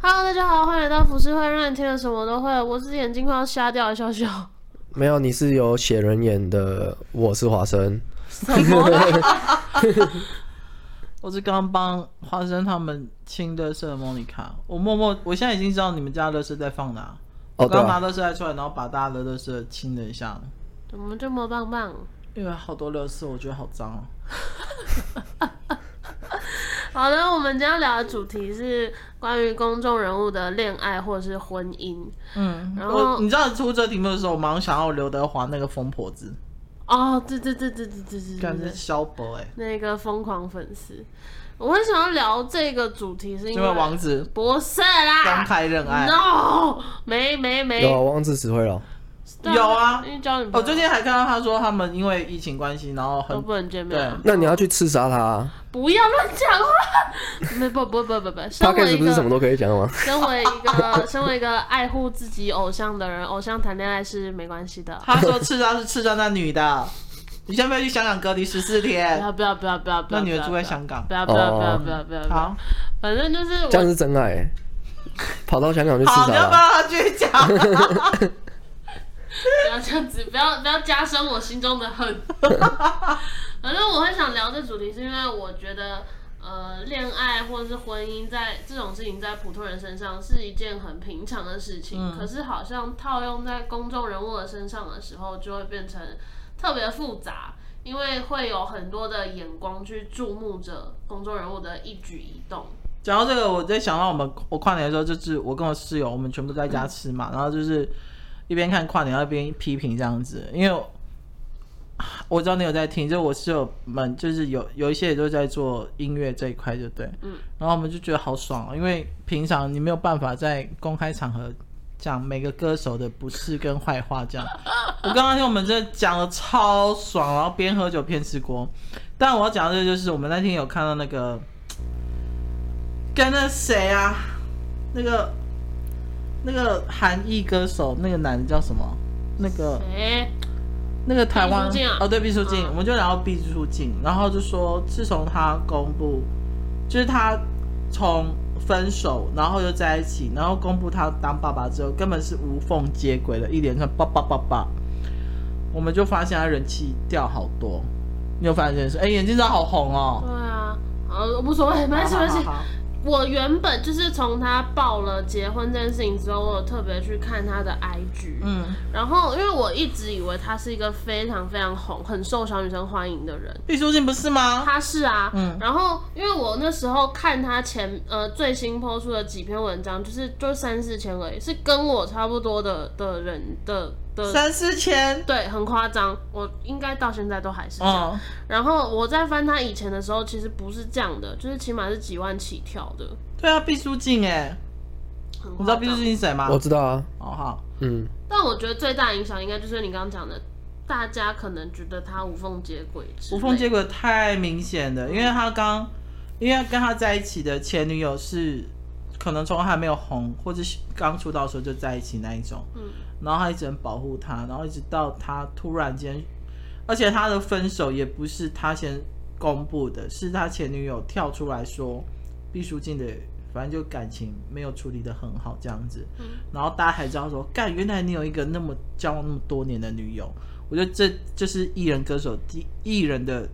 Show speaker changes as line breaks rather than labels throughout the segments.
Hello，大家好，欢迎来到服饰会，让你听了什么都会。我是眼睛快要瞎掉的笑笑。
没有，你是有写轮眼的，我是华生。
我是刚帮华生他们清的色莫妮卡，我默默，我现在已经知道你们家的圾在放哪。
哦，
我
对
刚拿
啊，
乐圾袋出来，然后把大家的乐圾清了一下，
怎么这么棒棒？
因为好多乐圾，我觉得好脏哦。
好的，我们今天要聊的主题是关于公众人物的恋爱或是婚姻。
嗯，
然后
我你知道出这题目的时候，我马上想到刘德华那个疯婆子，
哦，对对对对对对对对
感觉
对
是，萧伯哎，
那个疯狂粉丝。我会想要聊这个主题，是因
因
为
为王子
不是
公
啦
开认爱。
，no，没没没，
有啊汪志词汇了。
对
有啊
因为交女朋
我
友
最近还看到他说他们因为疫情关系，然后
都
很
不能见面啊，
那你要去刺杀他、啊，
不要乱讲话， 没不不不不不，
他
身
开
为
始
一
不是
个
什么都可以讲吗？
身为一个 身为一个爱护自己偶像的人，偶像谈恋爱是没关系的。
他说刺杀是刺杀那女的，你先不要去香港隔离十四
不
天
要。不要不要不要！不要
那女的住
不要
在香港
不要不要
哦
不要不要不要！不要
好，
反正就是
这样
我
是真爱、欸。跑到香港去刺
好，
杀
你要不
他，
要让他继续讲？
不要这样子，不要不要加深我心中的恨。反正我会想聊这主题，是因为我觉得，呃，恋爱或者是婚姻在这种事情在普通人身上是一件很平常的事情，可是好像套用在公众人物的身上的时候，就会变成特别复杂，因为会有很多的眼光去注目着公众人物的一举一动。
讲到这个，我在想到我们我跨年的时候，就是我跟我室友，我们全部在家吃嘛，然后就是一边看跨年，然后一边批评这样子，因为我我知道你有在听，就是我室友们就是有有一些也都在做音乐这一块，就对，嗯，然后我们就觉得好爽、哦，因为平常你没有办法在公开场合讲每个歌手的不是跟坏话，这样。我刚刚听我们真的讲的超爽，然后边喝酒边吃锅，但我要讲的这个就是我们那天有看到那个。跟那谁啊，那个那个韩裔歌手，那个男的叫什么？那个
哎、
那个台湾
毕书尽啊
哦，对，毕书尽，
嗯
我们就聊到毕书尽，然后就说自从他公布，就是他从分手，然后又在一起，然后公布他当爸爸之后，根本是无缝接轨的一连串叭叭叭叭，我们就发现他人气掉好多。你有发现这件事？哎、眼睛真的好红哦！
对啊，呃，无所谓，没事没事。
好好好
我原本就是从他报了结婚这件事情之后，我有特别去看他的 IG，、
嗯，
然后因为我一直以为他是一个非常非常红、很受小女生欢迎的人，
毕书尽不是吗？
他是啊，
嗯
然后因为我那时候看他前呃最新抛出的几篇文章，就是就三四千而已，是跟我差不多的的人的的，
三四千，
对，很夸张，我应该到现在都还是这样。
嗯，
然后我在翻他以前的时候，其实不是这样的，就是起码是几万起跳的。
对啊，毕书尽哎，
很
你知
夸
道毕
张
书尽是谁吗？
我知道啊，
哦好，
嗯，
但我觉得最大影响应该就是你刚刚讲的，大家可能觉得他无缝接轨之类的，
无缝接轨太明显了，因为他刚，因为跟他在一起的前女友是，可能从还没有红或者是刚出道的时候就在一起那一种，
嗯，
然后他一直很保护他，然后一直到他突然间，而且他的分手也不是他先公布的，是他前女友跳出来说，毕书尽的。反正就感情没有处理的很好这样子，
嗯
然后大家才知道说，干，原来你有一个那么交往那么多年的女友，我觉得这就是艺人歌手第艺人的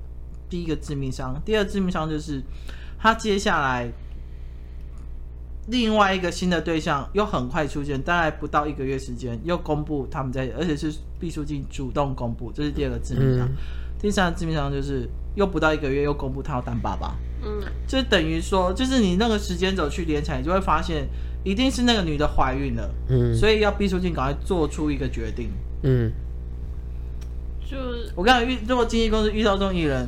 第一个致命伤，第二致命伤就是他接下来另外一个新的对象又很快出现，大概不到一个月时间又公布他们在一起，而且是毕书尽主动公布，这是第二个致命伤。
嗯
第三个致命伤就是又不到一个月又公布他要当爸爸，
嗯，
就等于说，就是你那个时间轴去连起来，你就会发现一定是那个女的怀孕了，
嗯
所以要毕书尽赶快做出一个决定。
嗯，
就是
我刚才遇，如果经纪公司遇到这种艺人，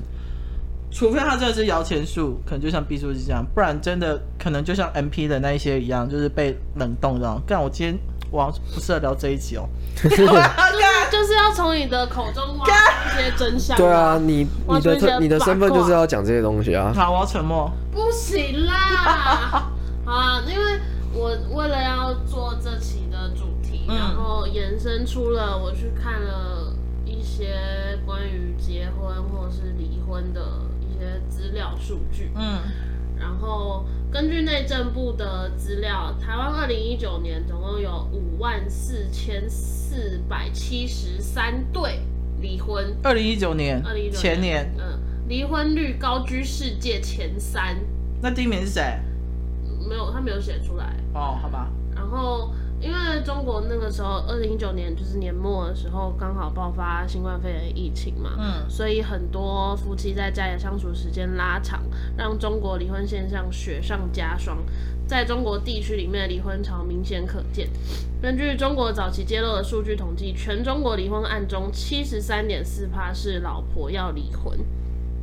除非他真的是摇钱树，可能就像毕书尽这样，不然真的可能就像 M P 的那一些一样，就是被冷冻这样。干，我今天我好像不适合聊这一集哦。
嗯
啊
就是就是要从你的口中挖出一些真相。
对啊，，你
挖
你
出
的
一些
特你的身
八
份
卦
就是要讲这些东西啊。
好，我要沉默。
不行 啦，啊，因为我为了要做这期的主题，
嗯
然后延伸出了我去看了一些关于结婚或是离婚的一些资料数据，
嗯
然后根据内政部的资料，台湾二零一九年总共有五万四千四百七十三对离婚，
二零一九年
二零一，九
前年，
嗯，离婚率高居世界前三，
那第一名是谁？
没有，他没有写出来。
哦，好吧，
然后，因为中国那个时候二零一九年就是年末的时候，刚好爆发新冠肺炎疫情嘛，
嗯
所以很多夫妻在家里相处时间拉长，让中国离婚现象雪上加霜。在中国地区里面，离婚潮明显可见。根据中国早期揭露的数据统计，全中国离婚案中，七十三点四趴是老婆要离婚，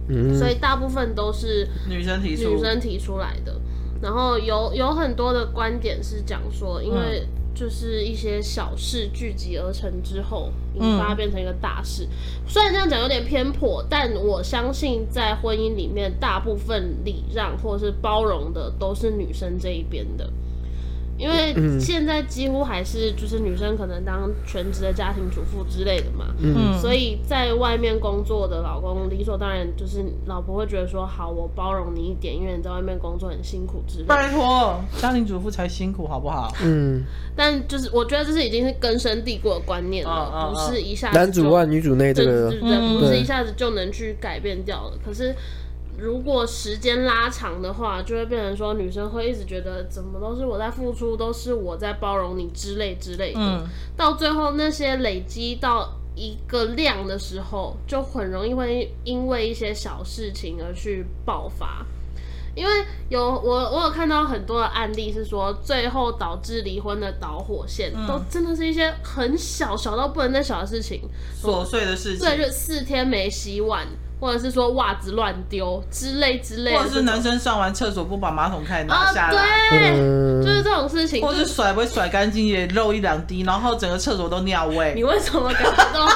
嗯
所以大部分都是
女生提出，
女生提出来的。然后有有很多的观点是讲说，因为
嗯
就是一些小事聚集而成之后，引发变成一个大事。虽然这样讲有点偏颇，但我相信在婚姻里面，大部分礼让或是包容的都是女生这一边的。因为
嗯
现在几乎还是就是女生可能当全职的家庭主妇之类的嘛，
嗯，
所以在外面工作的老公，理所当然就是老婆会觉得说，好，我包容你一点，因为你在外面工作很辛苦之类的。
拜托，家庭主妇才辛苦，好不好？
嗯，
但就是我觉得这是已经是根深蒂固的观念了，
嗯嗯嗯
不是一下子
哦男主
就
外女主内这
对
个
对，
嗯
对，不是
对
一下子就能去改变掉的。可是如果时间拉长的话，就会变成说女生会一直觉得怎么都是我在付出，都是我在包容你之类之类的。
嗯
到最后那些累积到一个量的时候，就很容易会因为一些小事情而去爆发。因为有我，我有看到很多的案例是说，最后导致离婚的导火线，都真的是一些很小小到不能再小的事情。
琐碎的事情，
对，就四天没洗碗，或者是说袜子乱丢之类之类的
或
这
者
种，
是男生上完厕所不把马桶盖拿
啊，
下来，
对，
嗯
就是这种事情，
或
就是
甩不会甩干净，也漏一两滴，然后整个厕所都尿
你
味。
为什么感觉 到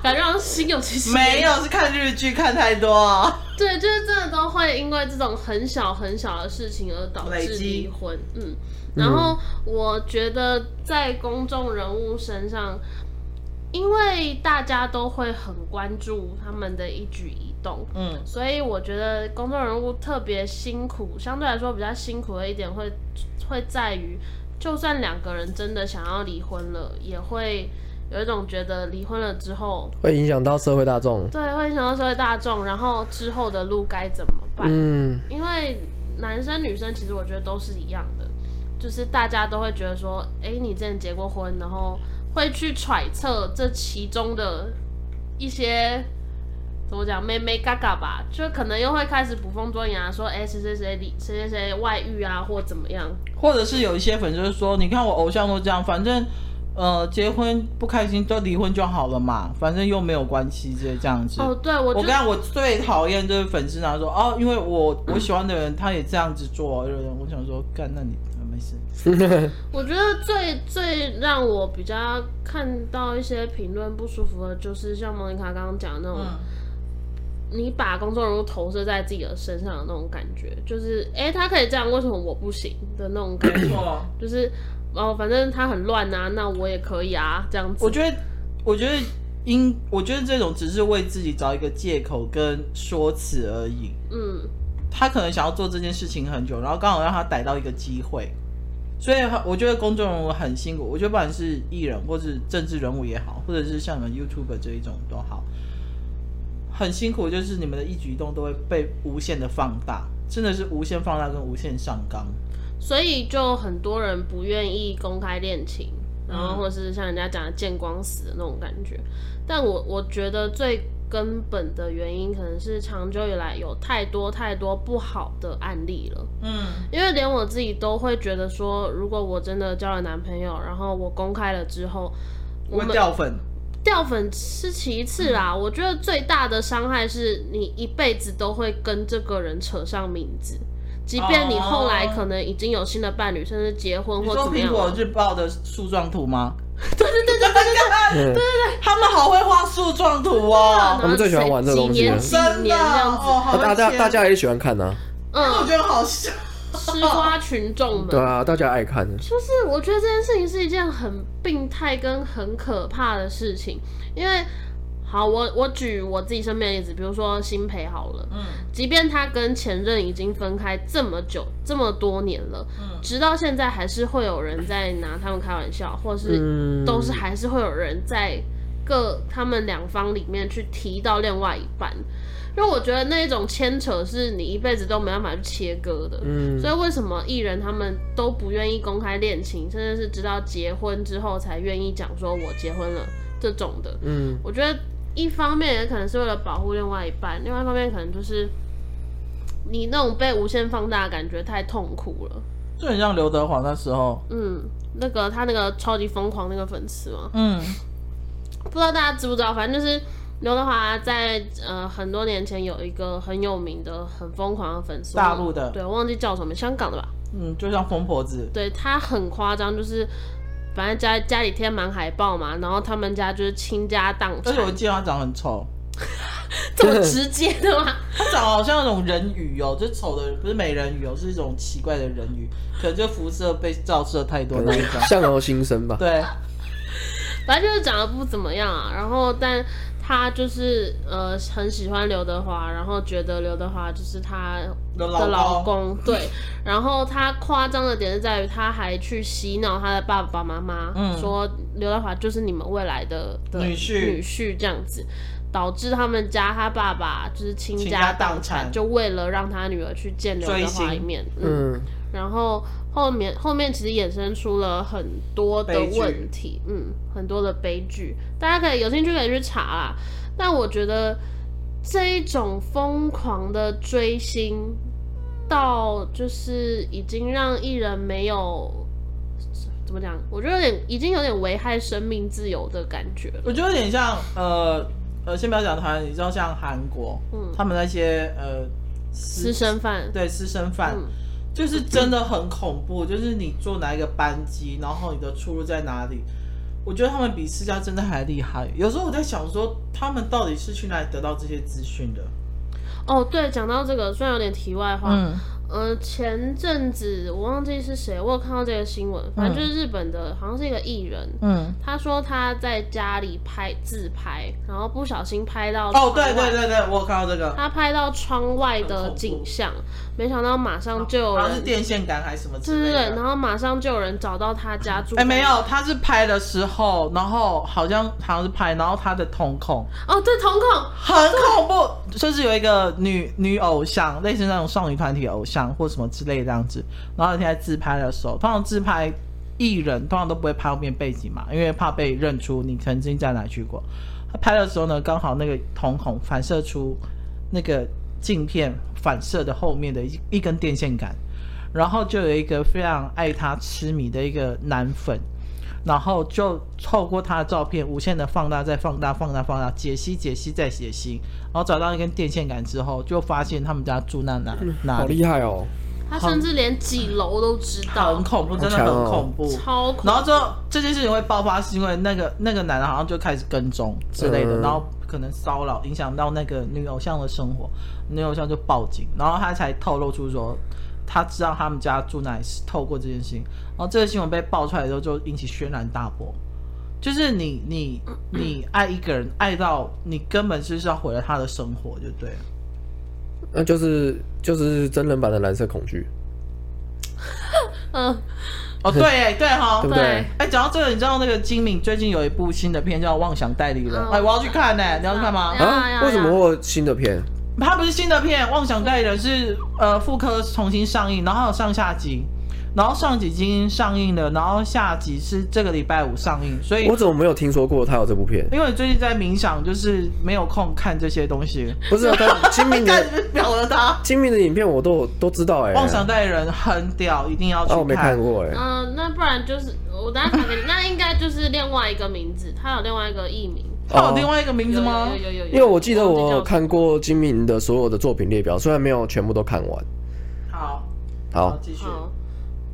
感觉到心有戚戚？
没有，是看日剧看太多。
对，就是真的都会因为这种很小很小的事情而导
累
致
积
离婚。嗯，然后我觉得在公众人物身上，因为大家都会很关注他们的一举一动，
嗯，
所以我觉得公众人物特别辛苦，相对来说比较辛苦的一点会会在于，就算两个人真的想要离婚了，也会有一种觉得离婚了之后，
会影响到社会大众。
对，会影响到社会大众，然后之后的路该怎么办？
嗯，
因为男生女生其实我觉得都是一样的，就是大家都会觉得说，哎、你之前结过婚，然后会去揣测这其中的一些怎么讲，妹妹嘎嘎吧，就可能又会开始捕风捉影啊，说，哎、谁谁谁离谁谁谁外遇啊，或怎么样，
或者是有一些粉就是说，你看我偶像都这样，反正呃结婚不开心就离婚就好了嘛，反正又没有关系这这样子。
哦，对我
我
就
跟你讲，我最讨厌就是粉丝拿说哦，因为我我喜欢的人他也这样子做，我想说干，那你啊没事。
我觉得最最让我比较看到一些评论不舒服的，就是像莫妮卡刚刚讲的那
嗯
种。你把工作人物投射在自己的身上的那种感觉，就是哎、诶他可以这样，为什么我不行的那种感觉，
错，
就是哦，反正他很乱啊，那我也可以啊，这样子。
我觉得我觉得应我觉得这种只是为自己找一个借口跟说辞而已。
嗯，
他可能想要做这件事情很久，然后刚好让他逮到一个机会，所以我觉得公众人物很辛苦。我觉得不管是艺人或是政治人物也好，或者是像你们 YouTube 这一种都好，很辛苦，就是你们的一举一动都会被无限的放大，真的是无限放大跟无限上纲。
所以就很多人不愿意公开恋情，然
嗯
后或是像人家讲的见光死的那种感觉。但我我觉得最根本的原因，可能是长久以来有太多太多不好的案例了。
嗯
因为连我自己都会觉得说，如果我真的交了男朋友，然后我公开了之后，我
会
们
掉粉，
掉粉是其次啦。我觉得最大的伤害是你一辈子都会跟这个人扯上名字，即便你后来
哦
可能已经有新的伴侣，甚至结婚
你
或
说
怎么
苹
样
果
了。
日报的树状图 吗？对对对对对对对，他们好会画树状图哦，
他们最喜欢玩这个东西
然后
对
几年
真
几
的
年这样
哦，
子，
好会
啊大家
切
大家也喜欢看啊呐、
我
嗯，
觉得好笑。
吃
哦
瓜群众们
对。啊，大家爱看。
就是我觉得这件事情是一件很病态跟很可怕的事情，因为好，我我举我自己身边的例子，比如说新培好了，
嗯
即便他跟前任已经分开这么久、这么多年了，
嗯
直到现在还是会有人在拿他们开玩笑，或是
嗯，
都是还是会有人在各他们两方里面去提到另外一半，因为我觉得那一种牵扯是你一辈子都没办法去切割的。
嗯，
所以为什么艺人他们都不愿意公开恋情，甚至是直到结婚之后才愿意讲说我结婚了这种的？
嗯
我觉得一方面也可能是为了保护另外一半，另外一方面可能就是你那种被无限放大的感觉太痛苦了。
就很像刘德华那时候，
嗯，那个他那个超级疯狂那个粉丝嘛，
嗯
不知道大家知不知道，反正就是刘德华在呃很多年前有一个很有名的很疯狂的粉丝，
大陆的
对，我忘记叫什么，香港的吧？
嗯，就像疯婆子，
对他很夸张，就是反正家家里贴满海报嘛，然后他们家就是倾家荡
而
产
且，我记得他长得很丑，
这么直接的吗？
他长得好像那种人鱼哦，就丑的不是美人鱼哦，是一种奇怪的人鱼，可能就辐射被照射太多那一种。
相由心生吧。
对，
反正就是长得不怎么样啊。然后，但他就是呃很喜欢刘德华，然后觉得刘德华就是他的
的
老
老公，
公，对。然后他夸张的点是在于，他还去洗脑他的爸爸妈妈，
嗯
说刘德华就是你们未来的的
女婿
女婿这样子。导致他们家他爸爸就是倾
倾
家
家
荡
荡产
就为了让他女儿去见刘德
追
华
星
一面。嗯，
嗯，
然后后面后面其实衍生出了很多的
悲剧
问题，嗯，很多的悲剧，大家可以有兴趣可以去查啦。但我觉得这一种疯狂的追星，到就是已经让艺人没有怎么讲，我觉得有点已经有点危害生命自由的感觉了。
我觉得有点像呃呃，先不要讲台湾，你知道像韩国，
嗯，
他们那些呃
私生饭，
对私生饭。
嗯
就是真的很恐怖，就是你坐哪一个班机，然后你的出入在哪里。我觉得他们比私家侦探还厉害。有时候我在想说，他们到底是去哪里得到这些资讯的？
哦，对，讲到这个，虽然有点题外
嗯
话，呃，前阵子我忘记是谁，我有看到这个新闻，反正就是日本的，好像是一个艺人，
嗯，
他说他在家里拍自拍，然后不小心拍到
哦，对
窗外
对，对对，我有看到这个，
他拍到窗外的景象，没想到马上就有
好像是
人，对
电线杆还是什么之
对
类
对，
的。
然后马上就有人找到他家住，
哎、没，有，他是拍的时候，然后好像好像是拍，然后他的瞳孔
哦，对，瞳孔，
很恐怖，就是有一个女女偶像，类似那种少女团体的偶像或什么之类的这样子。然后人家在自拍的时候，通常自拍艺人通常都不会拍后面背景嘛，因为怕被认出你曾经在哪去过。他拍的时候呢，刚好那个瞳孔反射出那个镜片反射的后面的一一根电线杆，然后就有一个非常爱他痴迷的一个男粉，然后就透过他的照片无限的放大，再放大，放大，放大，解析，解析，再解析，然后找到一根电线杆之后，就发现他们家住那哪哪
好
里，
厉害哦。
他甚至连几楼都知道
很，恐怖，真的
好
很
强哦
恐怖。
超恐怖
然后之后这件事情会爆发，是因为那个那个男的好像就开始跟踪之类的，
嗯
然后可能骚扰影响到那个女偶像的生活，女偶像就报警，然后他才透露出说他知道他们家住哪里是透过这件事情，然后这个新闻被爆出来之后就引起轩然大波。就是你你你爱一个人爱到你根本就是要毁了他的生活，就对了。
那就是就是真人版的蓝色恐惧，
嗯，
哦，对耶对哈，
对不
对
对？
哎，讲到这个，你知道那个金敏最近有一部新的片叫《妄想代理人
嗯》？
哎，我要去看呢、你要去看吗
嗯？呀呀
啊？为什么会有新的片？
它不是新的片，《妄想代理人》是呃复刻重新上映，然后还有上下集，然后上集已经上映了，然后下集是这个礼拜五上映，所以
我怎么没有听说过他有这部片？
因为最近在冥想，就是没有空看这些东西。
不是啊，他精明
看
的
表了他，
精明的影片我都都知道哎、
《妄想代理人》很屌，一定要去
啊，我没看
看。
过哎、
嗯，那不然就是我等下查给你，那应该就是另外一个名字，他有另外一个艺名，
它有另外一个名字吗？
有有有有有，
因为我记得我
忘
有
记叫什么
看过金敏的所有的作品列表，虽然没有全部都看完。
好，
好，
继续。
好，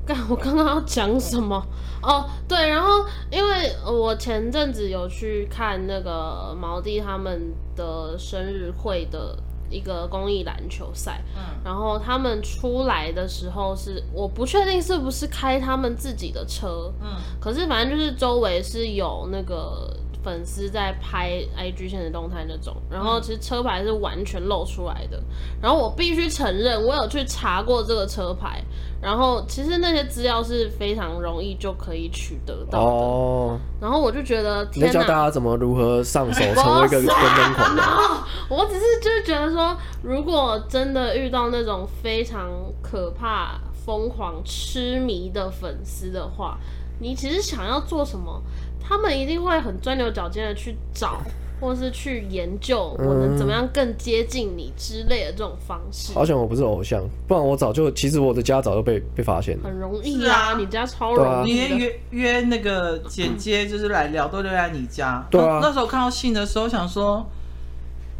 干，我刚刚要讲什么？哦，对，然后因为我前阵子有去看那个毛弟他们的生日会的一个公益篮球赛，
嗯
然后他们出来的时候是我不确定是不是开他们自己的车，
嗯
可是反正就是周围是有那个粉丝在拍 IG 线的动态那种，然后其实车牌是完全露出来的。然后我必须承认，我有去查过这个车牌，然后其实那些资料是非常容易就可以取得到的。
哦，
然后我就觉得
你在
天
教大
哪！
家怎么如何上手成为一个跟踪狂吗？
我只是就是觉得说，如果真的遇到那种非常可怕、疯狂、痴迷的粉丝的话，你其实想要做什么，他们一定会很钻牛角尖的去找，或是去研究我能怎么样更接近你之类的这种方式，
好险我不是偶像，不然我早就其实我的家早就被被发现了。
很容易
是啊
你家超
对啊
容
你
易
连
的。
约约那个姐姐，就是来聊，都留在你家。
对啊
那那时候看到信的时候，想说，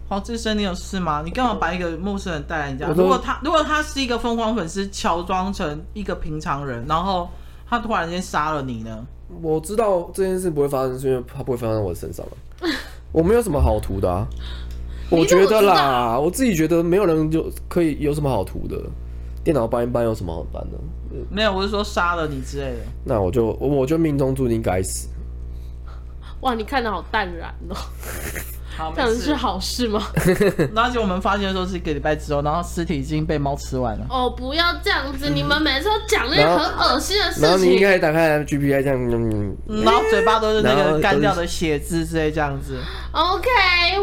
黄志生，你有事吗？你干嘛把一个陌生人带来你家？
我都
如果他如果他是一个疯狂粉丝，乔装成一个平常人，然后他突然间杀了你呢？
我知道这件事不会发生，是因为它不会发生在我身上啊。我没有什么好图的啊，我觉得啦，我自己觉得没有人就可以有什么好图的。电脑搬一搬有什么好搬的？
没有，我是说杀了你之类的。
那我就我我就命中注定该死。
哇，你看的好淡然 哦，
好，
这样
没
子是
事。
好事吗？
然后结果我们发现的时候是一个礼拜之后，然后尸体已经被猫吃完了。
哦，不要这样子，你们每次都讲那些
嗯然后
很恶心的
然后
事
你应
情。
该打开 G P I 这样，嗯，
然后嘴巴都是那
然后都
个
是
干掉的血渍之类这样子，
OK，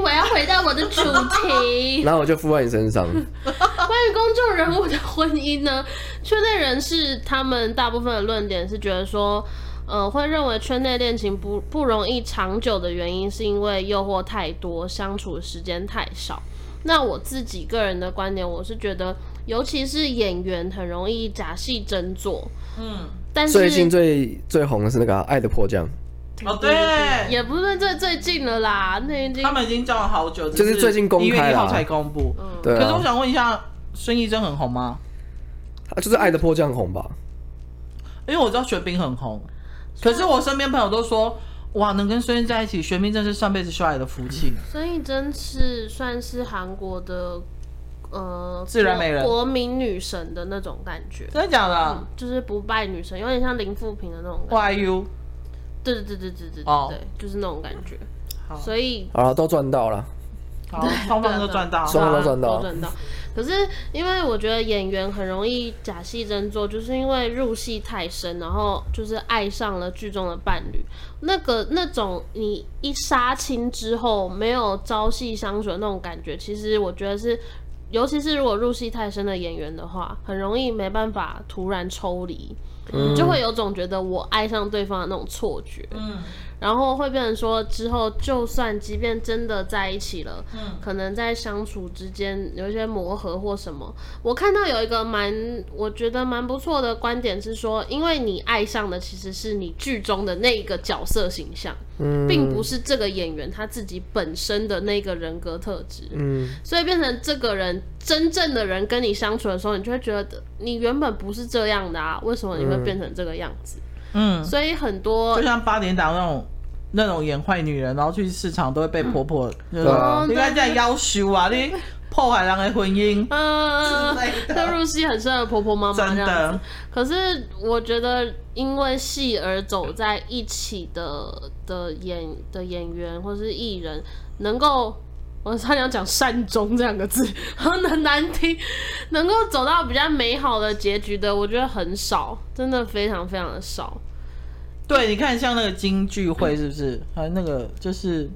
我要回到我的主 题。
然后我就附在你身上。
关于公众人物的婚姻呢，圈内人士他们大部分的论点是觉得说，呃，会认为圈内恋情不不容易长久的原因，是因为诱惑太多，相处时间太少。那我自己个人的观点，我是觉得，尤其是演员很容易假戏真做，
嗯，
但是
最近最最红的是那个啊、爱的迫降》，
哦对，
也不是最最近了啦，那已经
他们已经交往好久，只
就是最近公
1月
开
一
啦
号才公布。
嗯
对
可是我
啊，
想问一下，孙艺珍很红吗？
就是《爱的迫降》红吧？
因为我知道玄彬很红，可是我身边朋友都说，哇，能跟孙艺珍在一起，玄彬真是上辈子修来的福气。
孙艺珍是算是韩国的呃
自然美人
国国民女神的那种感觉，
真的假的
就是不败女神，有点像林富平的那种感觉。
？Why you？
对对对对对对对，
哦
就是那种感觉。
好
所以
好了，都赚到了。
好，
啊
双方都赚到。
双方都赚到
都赚到。可是因为我觉得演员很容易假戏真做，就是因为入戏太深，然后就是爱上了剧中的伴侣。那个那种你一杀青之后没有朝夕相处的那种感觉，其实我觉得是，尤其是如果入戏太深的演员的话，很容易没办法突然抽离，你就会有种觉得我爱上对方的那种错觉。
嗯，
然后会变成说，之后就算即便真的在一起了，可能在相处之间有一些磨合或什么。我看到有一个蛮，我觉得蛮不错的观点是说，因为你爱上的其实是你剧中的那一个角色形象，
嗯
并不是这个演员他自己本身的那个人格特质。
嗯，
所以变成这个人真正的人跟你相处的时候，你就会觉得你原本不是这样的啊，为什么你会变成这个样子？
嗯，
所以很多
就像八点档那种。那种演坏女人，然后去市场都会被婆婆，就是
对啊
说你看这样要求啊，你破坏人的婚姻
嗯，
之类
就
的，
入戏很适合婆婆妈妈
真
这样
的
子。，可是我觉得，因为戏而走在一起的的演的演员或是艺人，能够。我差点要讲“善终”这两个字， 很难听。能够走到比较美好的结局的，我觉得很少，真的非常非常的少。
对，你看像那个金聚
嗯
会是不是？还有那个就是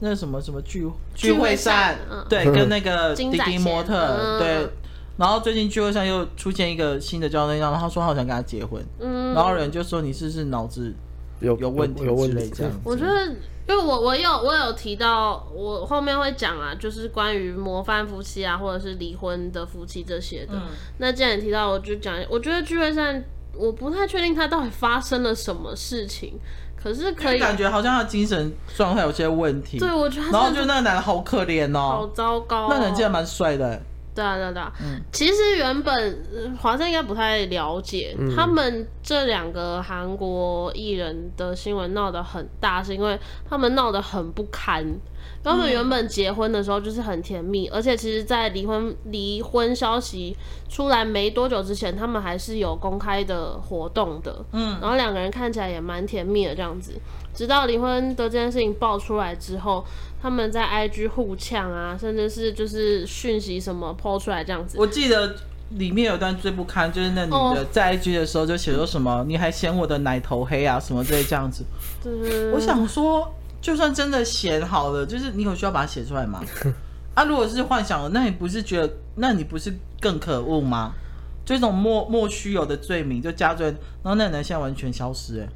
那什么什么聚
聚
聚
会
会
散
散
嗯，
对，跟那个
金
滴
宰
滴
贤
模
嗯
特对。然后最近聚会上又出现一个新的交对象，然后他说好想跟他结婚，
嗯，
然后人就说你是不是脑子
有
有问题
有
之
问
类
题
这样。
我觉得，
嗯
因为我我有我有提到，我后面会讲啊，就是关于模范夫妻啊，或者是离婚的夫妻这些的。
嗯
那既然你提到，我就讲，我觉得聚会上，我不太确定他到底发生了什么事情，可是可以，
感觉好像他精神状态有些问题，
对我觉得
然
他
后
真
就
的
那个男的好可怜
好
哦，
糟糕、哦。
那人竟然蛮帅的，
对啊，对啊，对啊。其实原本呃华生应该不太了解，他们这两个韩国艺人的新闻闹得很大，是因为他们闹得很不堪。因为他们原本结婚的时候就是很甜蜜，而且其实，在离婚离婚消息出来没多久之前，他们还是有公开的活动的，嗯，然后两个人看起来也蛮甜蜜的这样子。直到离婚的这件事情爆出来之后，他们在 IG 互呛啊，甚至是就是讯息什么抛出来这样子。
我记得里面有段最不堪，就是那女的
哦在
在 IG 的时候就写说什么“你还嫌我的奶头黑啊”什么之类这样子。
就是
我想说，就算真的嫌好了，就是你有需要把它写出来 吗？啊，如果是幻想了，那你不是觉得，那你不是更可恶吗？这种莫莫须有的罪名就加罪，然后那个人现在完全消失、哎，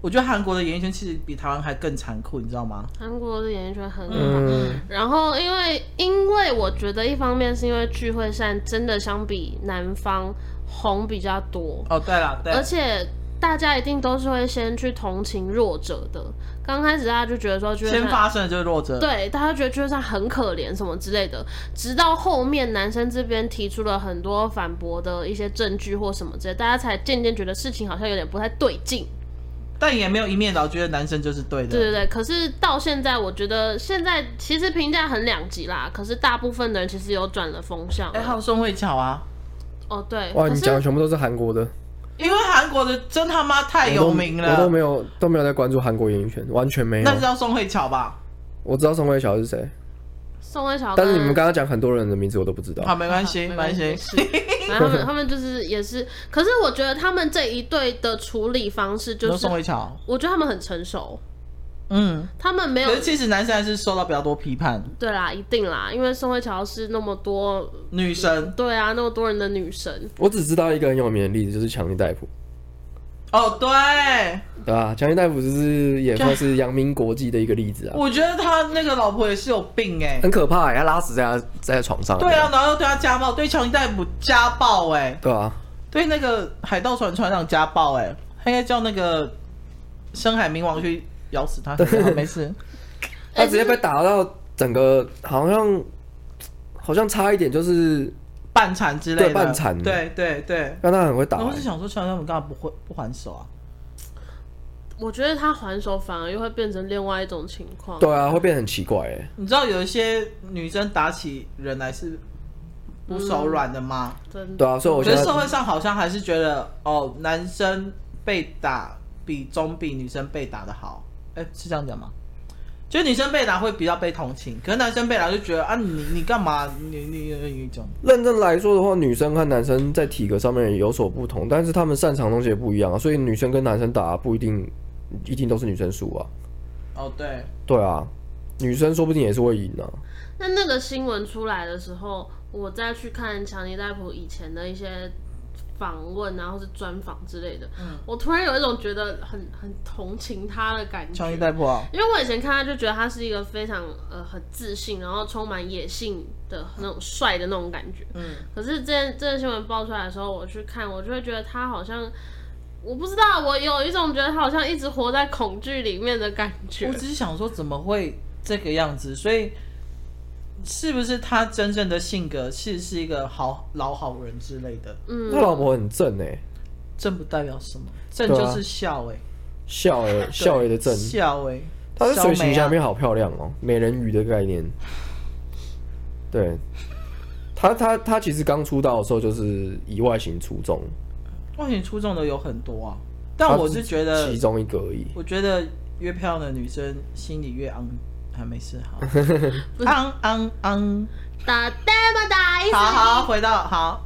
我觉得韩国的演艺圈其实比台湾还更残酷，你知道吗？
韩国的演艺圈很好。
嗯，
然后，因为因为我觉得一方面是因为聚会扇真的相比南方红比较多，
哦，对了，对，
而且大家一定都是会先去同情弱者的。刚开始大家就觉得说聚会
先
扇
发生的就是弱者，
对，大家觉得聚会扇很可怜什么之类的，直到后面男生这边提出了很多反驳的一些证据或什么之类，大家才渐渐觉得事情好像有点不太对劲。
但也没有一面倒觉得男生就是对的。
对对对，可是到现在，我觉得现在其实评价很两极啦。可是大部分的人其实有转了风向了。
哎，还有宋慧乔啊，
哦，对，
哇，
可
你
是
讲的全部都是韩国的，
因为韩国的真他妈太
我
有
都
名
我都
了，
没有都没有在关注韩国演艺圈，完全没有
那。知道宋慧乔吧？
我知道宋慧乔是谁，
宋慧乔跟，啊
但是你们刚刚讲很多人的名字我都不知道。
好，没关系，
没
没
关
关
系
系。
反正他们他们就是也是，可是我觉得他们这一对的处理方式
你
就
说
是
宋，慧乔，
我觉得他们很成熟，
嗯，
他们没有
可是其实男生还是受到比较多批判，
对啦，一定啦，因为宋慧乔是那么多
女生
对啊那么多人的女神，
我只知道一个很有名的例子，就是强尼戴普，
哦，对，
对吧？强尼戴普就是也算是扬名国际的一个例子啊，
我觉得他那个老婆也是有病哎、
很可怕、欸，他拉死在他在床上。
对啊，，然后又对他家暴，对乔尼戴普家暴哎、
对啊，
对那个海盗船船长家暴哎、他应该叫那个深海冥王去咬 死他，好没事，
他直接被打到整个好像好像差一点就是
半残之类的，
对半残
对对对。
让他很会打
然后
欸、
我就想说，乔尼戴普干嘛不会不还手啊？
我觉得她还手反而又会变成另外一种情况。
对啊，会变得很奇怪哎、
你知道有一些女生打起人来是不手软的吗？
真的
对啊，所以我
我
现
觉得
在
社会上好像还是觉得，哦，男生被打比总比女生被打的好。哎、是这样讲吗？就女生被打会比较被同情，可是男生被打就觉得啊，你你干嘛？你你你你种
认真来说的话，女生和男生在体格上面有所不同，但是他们擅长的东西也不一样啊，所以女生跟男生打不一定一定都是女生输啊。
哦，对，
对啊，女生说不定也是会赢啊。
那那个新闻出来的时候，我再去看强尼戴普以前的一些访问啊，或是专访之类的，
嗯
我突然有一种觉得很很同情他的感觉
强。尼戴普啊，
因为我以前看他就觉得他是一个非常呃很自信，然后充满野性的那种帅的那种感觉。
嗯，
可是这件这件新闻爆出来的时候，我去看，我就会觉得他好像，我不知道，我有一种觉得他好像一直活在恐惧里面的感觉
我。只是想说怎么会这个样子，所以是不是他真正的性格是是一个好老好人之类的？
嗯，
他老婆很正哎、
正不代表什么，正
对啊
就是笑哎、
笑哎、
欸对
笑哎、的正，
笑哎、
她在
小
水形
美啊
下面好漂亮哦、美人鱼的概念。对，她她她其实刚出道的时候就是以外形出众，
外形出众的有很多啊，但我是觉
她
得
其，中一个而已。
我觉得越漂亮的女生心里越昂，还没事 好，昂昂昂，
打 d e m 打一
好好回到好，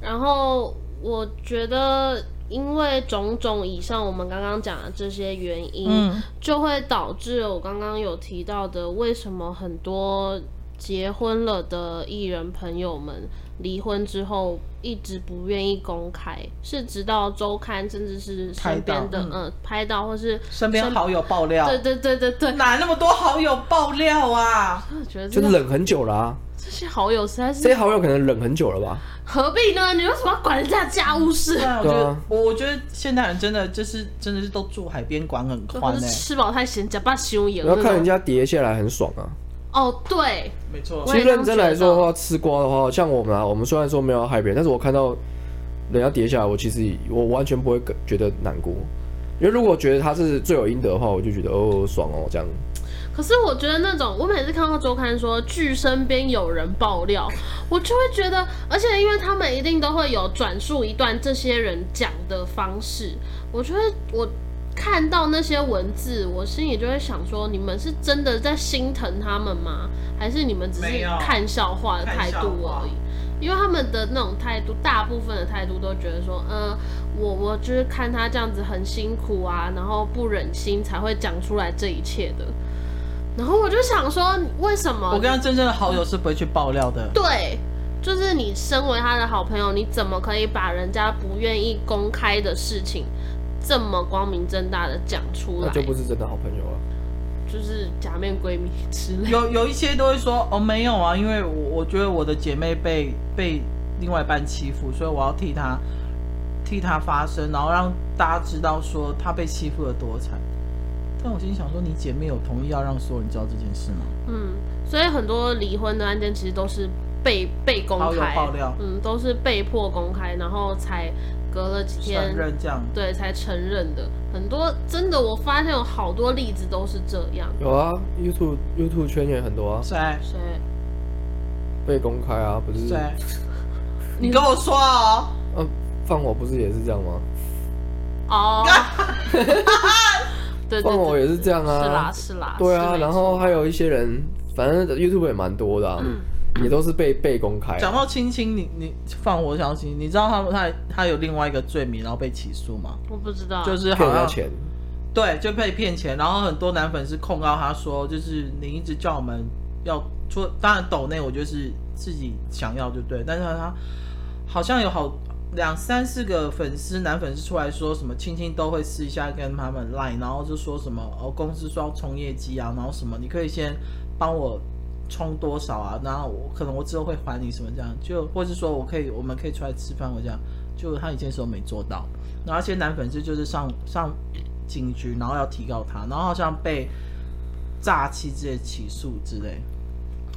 然后我觉得，因为种种以上我们刚刚讲的这些原因，
嗯
就会导致我刚刚有提到的，为什么很多结婚了的艺人朋友们离婚之后一直不愿意公开，是直到周刊甚至是身边的
拍到
嗯、呃拍到或是
身边好友爆料，
对对对对对，
哪那么多好友爆料啊？
我觉得
就
这
冷很久啦、
这些好友实在
这
是
些好友可能冷很久了吧？
何必呢？你为什么要管人家家务事
对？啊，我
对
觉
啊
得我我觉得现代人真的就是真的是都住海边，管很
或
宽
者
哎、
是吃饱太闲，假扮修养。
然后看人家跌下来很爽啊。
哦，对，
没错
我也
其实
这样
认真来说的
觉
话，吃瓜的话，像我们啊，我们虽然说没有要害别人，但是我看到人家跌下来，我其实我完全不会觉得难过，因为如果觉得他是罪有应得的话，我就觉得哦爽哦这样。
可是我觉得那种，我每次看到周刊说据身边有人爆料，我就会觉得，而且因为他们一定都会有转述一段这些人讲的方式，我觉得我看到那些文字，我心里就会想说，你们是真的在心疼他们吗？还是你们只是
没有
看笑话的态度
看笑话
而已？因为他们的那种态度，大部分的态度都觉得说，嗯、我我就是看他这样子很辛苦啊，然后不忍心才会讲出来这一切的。然后我就想说，为什么？
我跟他真正的好友是不会去爆料的。
对，就是你身为他的好朋友，你怎么可以把人家不愿意公开的事情这么光明正大的讲出
那
来？
就不是真的好朋友啊了。
就是假面闺蜜之类的。
有有一些都会说哦没有啊，因为我我觉得我的姐妹被被另外一半欺负，所以我要替她替她发声，然后让大家知道说她被欺负了多惨。但我心想说，你姐妹有同意要让所有人知道这件事吗？
嗯，所以很多离婚的案件其实都是被被公
好友
开
爆料
嗯，都是被迫公开，然后才隔了几天
承认这样，
对，才承认的。很多真的，我发现有好多例子都是这样。
有啊，YouTube YouTube 圈也很多啊，
谁
谁？
被公开啊，不是？
谁？
你
你跟我说哦，
啊，放火不是也是这样吗？
哦，对对
放火
对，
也是这样啊。
是啦是啦，
对
是
啊，
没
然后还有一些人，反正 YouTube 也蛮多的、啊，
嗯
也都是被被公开、啊
讲到亲亲，你你放我想起，你知道他他他有另外一个罪名，然后被起诉吗？
啊错我不知道，
就是
骗
好
人家
像
钱。
对，就被骗钱，然后很多男粉丝控告他说，就是你一直叫我们要说，当然抖内我就是自己想要就对，但是他好像有好两三四个粉丝男粉丝出来说什么亲亲都会私下跟他们 line，然后就说什么哦公司说要冲业绩啊，然后什么你可以先帮我充多少啊，然后我可能我之后会还你什么这样，就或是说我可以我们可以出来吃饭或这样，就他一件事都没做到，然后一些男粉丝就是上上警局，然后要提告他，然后好像被诈欺之类起诉之类。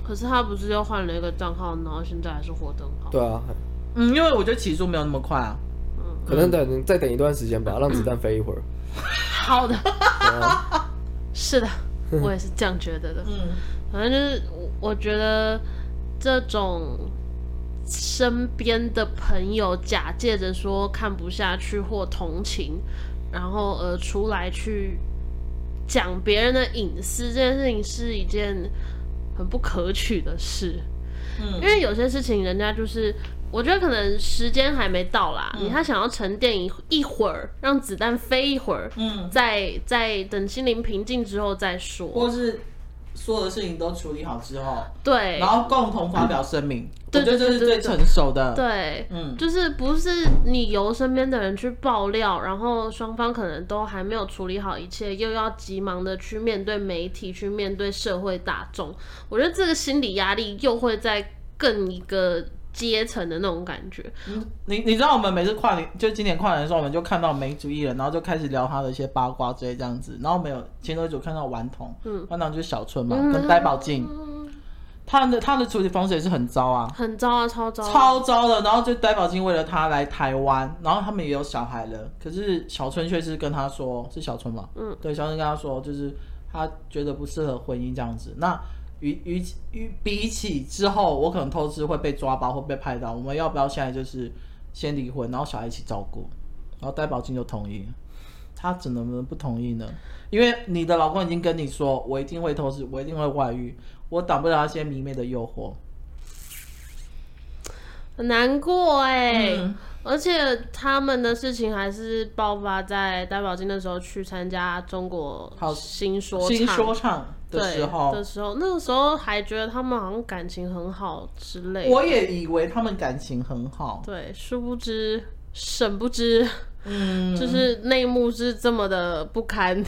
可是他不是又换了一个账号，然后现在还是活得很好。
对啊，
嗯，因为我觉得起诉没有那么快啊。
嗯，
可能等再等一段时间吧，让子弹飞一会儿。
好的，
对啊
是的，我也是这样觉得的。
嗯，
反正就是我我觉得这种身边的朋友假借着说看不下去或同情，然后呃出来去讲别人的隐私，这件事情是一件很不可取的事。
嗯
因为有些事情人家就是。我觉得可能时间还没到啦，
嗯
你他想要沉淀一一会儿，让子弹飞一会儿，
嗯，
再再等心灵平静之后再说。
或是所有的事情都处理好之后，
对，
然后共同发表声明，
对
我觉得这
对
是
对
最
对
成熟的。，
对，
嗯，
就是不是你由身边的人去爆料，然后双方可能都还没有处理好一切，又要急忙的去面对媒体，去面对社会大众，我觉得这个心理压力又会在更一个阶层的那种感觉。
你你知道我们每次跨年，就今年跨年的时候，我们就看到每一组艺人，然后就开始聊他的一些八卦之类这样子。然后我们有前头一组看到顽童，
嗯
顽童就是小春嘛，
嗯
跟呆宝静，他的他的处理方式也是很糟啊。
很糟啊，超糟啊、
超糟的。然后就戴宝金为了他来台湾，然后他们也有小孩了，可是小春却是跟他说，是小春嘛？
嗯，
对，小春跟他说，就是他觉得不适合婚姻这样子。那与与与比起之后，我可能偷吃会被抓包，会被拍到，我们要不要现在就是先离婚，然后小孩一起照顾？然后戴宝金就同意了。他怎么能不同意呢？因为你的老公已经跟你说，我一定会偷吃，我一定会外遇，我挡不了那些迷妹的诱惑。
很难过哎、
嗯
而且他们的事情还是爆发在戴宝金那时候去参加中国
好
新说
新
唱
说唱的
对
时候
的，时候，那个时候还觉得他们好像感情很好之类的。
我也以为他们感情很好。
对，殊不知，省不知，
嗯，
就是内幕是这么的不堪。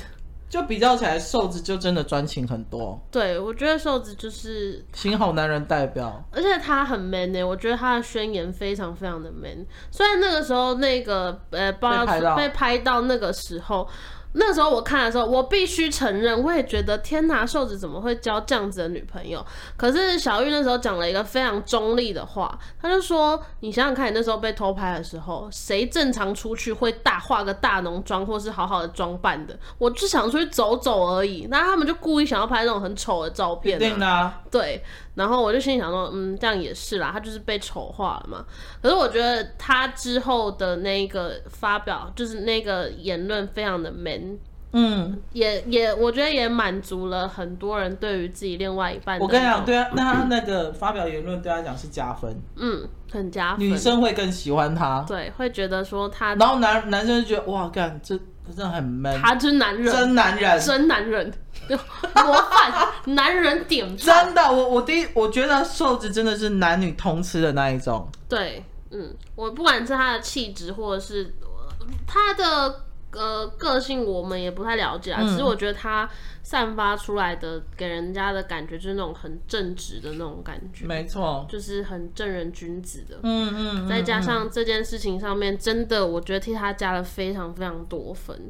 就比较起来，瘦子就真的专情很多，
对，我觉得瘦子就是，
新好男人代表。
而且他很 man 呢、我觉得他的宣言非常非常的 man。虽然那个时候那个呃，爆料
被拍到
被拍到那个时候，那时候我看的时候，我必须承认，我也觉得天哪，瘦子怎么会交这样子的女朋友？可是小玉那时候讲了一个非常中立的话，他就说：“你想想看，你那时候被偷拍的时候，谁正常出去会大化个大浓妆，或是好好的装扮的？我就想出去走走而已。那他们就故意想要拍那种很丑的照
一
片、
定的啊，
对，然后我就心里想说，嗯，这样也是啦，他就是被丑化了嘛。可是我觉得他之后的那个发表，就是那个言论非常的 man，
嗯，
也也我觉得也满足了很多人对于自己另外一半的
我跟你
那
讲，
种，
对啊，那他那个发表言论对他来讲是加分，
嗯，很加分。
女生会更喜欢他，
对会觉得说他
然后男男生就觉得哇，干这真的很 man，
他就是男人，
真男人，
真男人， 模范男人典范。
真的，我我第一我觉得瘦子真的是男女通吃的那一种，
对，嗯，我不管是他的气质，或者是呃他的呃个性，我们也不太了
嗯
解啊。只是我觉得他散发出来的给人家的感觉，就是那种很正直的那种感觉，
没错，
就是很正人君子的。
嗯嗯，嗯
再加上这件事情上面，真的我觉得替他加了非常非常多分。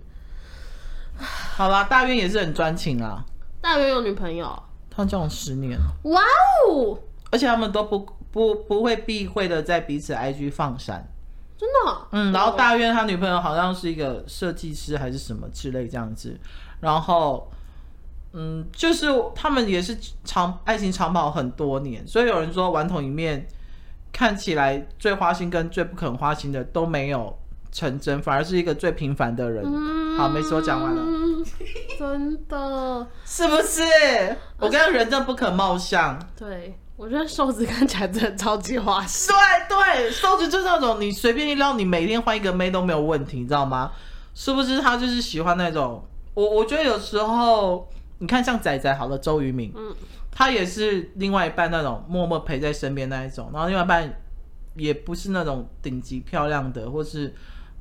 好啦，大渊也是很专情啊，
大约有女朋友，
他交往十年，
哇哦，
而且他们都不不不会避讳的在彼此 IG 放闪。
真的哦、
嗯，然后大渊他女朋友好像是一个设计师还是什么之类这样子，然后，嗯，就是他们也是长爱情长跑很多年，所以有人说顽童里面看起来最花心跟最不肯花心的都没有成真，反而是一个最平凡的人。
嗯
好，没事，我讲完了，
嗯真的，
是不是？我跟你讲人真的不可貌相。
对我觉得瘦子看起来真的超级花心。
对对，瘦子就是那种你随便一撩，你每天换一个妹都没有问题，你知道吗？是不是他就是喜欢那种？我我觉得有时候你看像仔仔好了，周渝民，
嗯
他也是另外一半那种默默陪在身边那一种，然后另外一半也不是那种顶级漂亮的，或是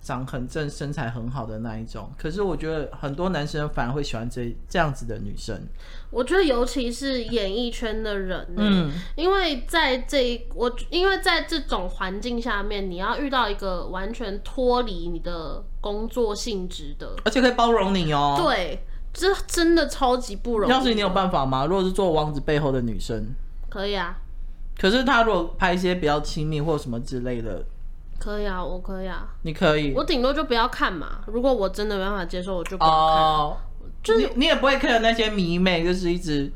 长很正、身材很好的那一种。可是我觉得很多男生反而会喜欢这这样子的女生，
我觉得尤其是演艺圈的人、嗯，
嗯，
因为在这一我因为在这种环境下面，你要遇到一个完全脱离你的工作性质的，
而且可以包容你哦。
对，这真的超级不容易。
要是你有办法吗？如果是做王子背后的女生。
可以啊，
可是他如果拍一些比较亲密或什么之类的，
可以啊，我可以啊，
你可以
我顶多就不要看嘛。如果我真的没办法接受，我就不要看。
哦，你你也不会看那些迷妹，就是一直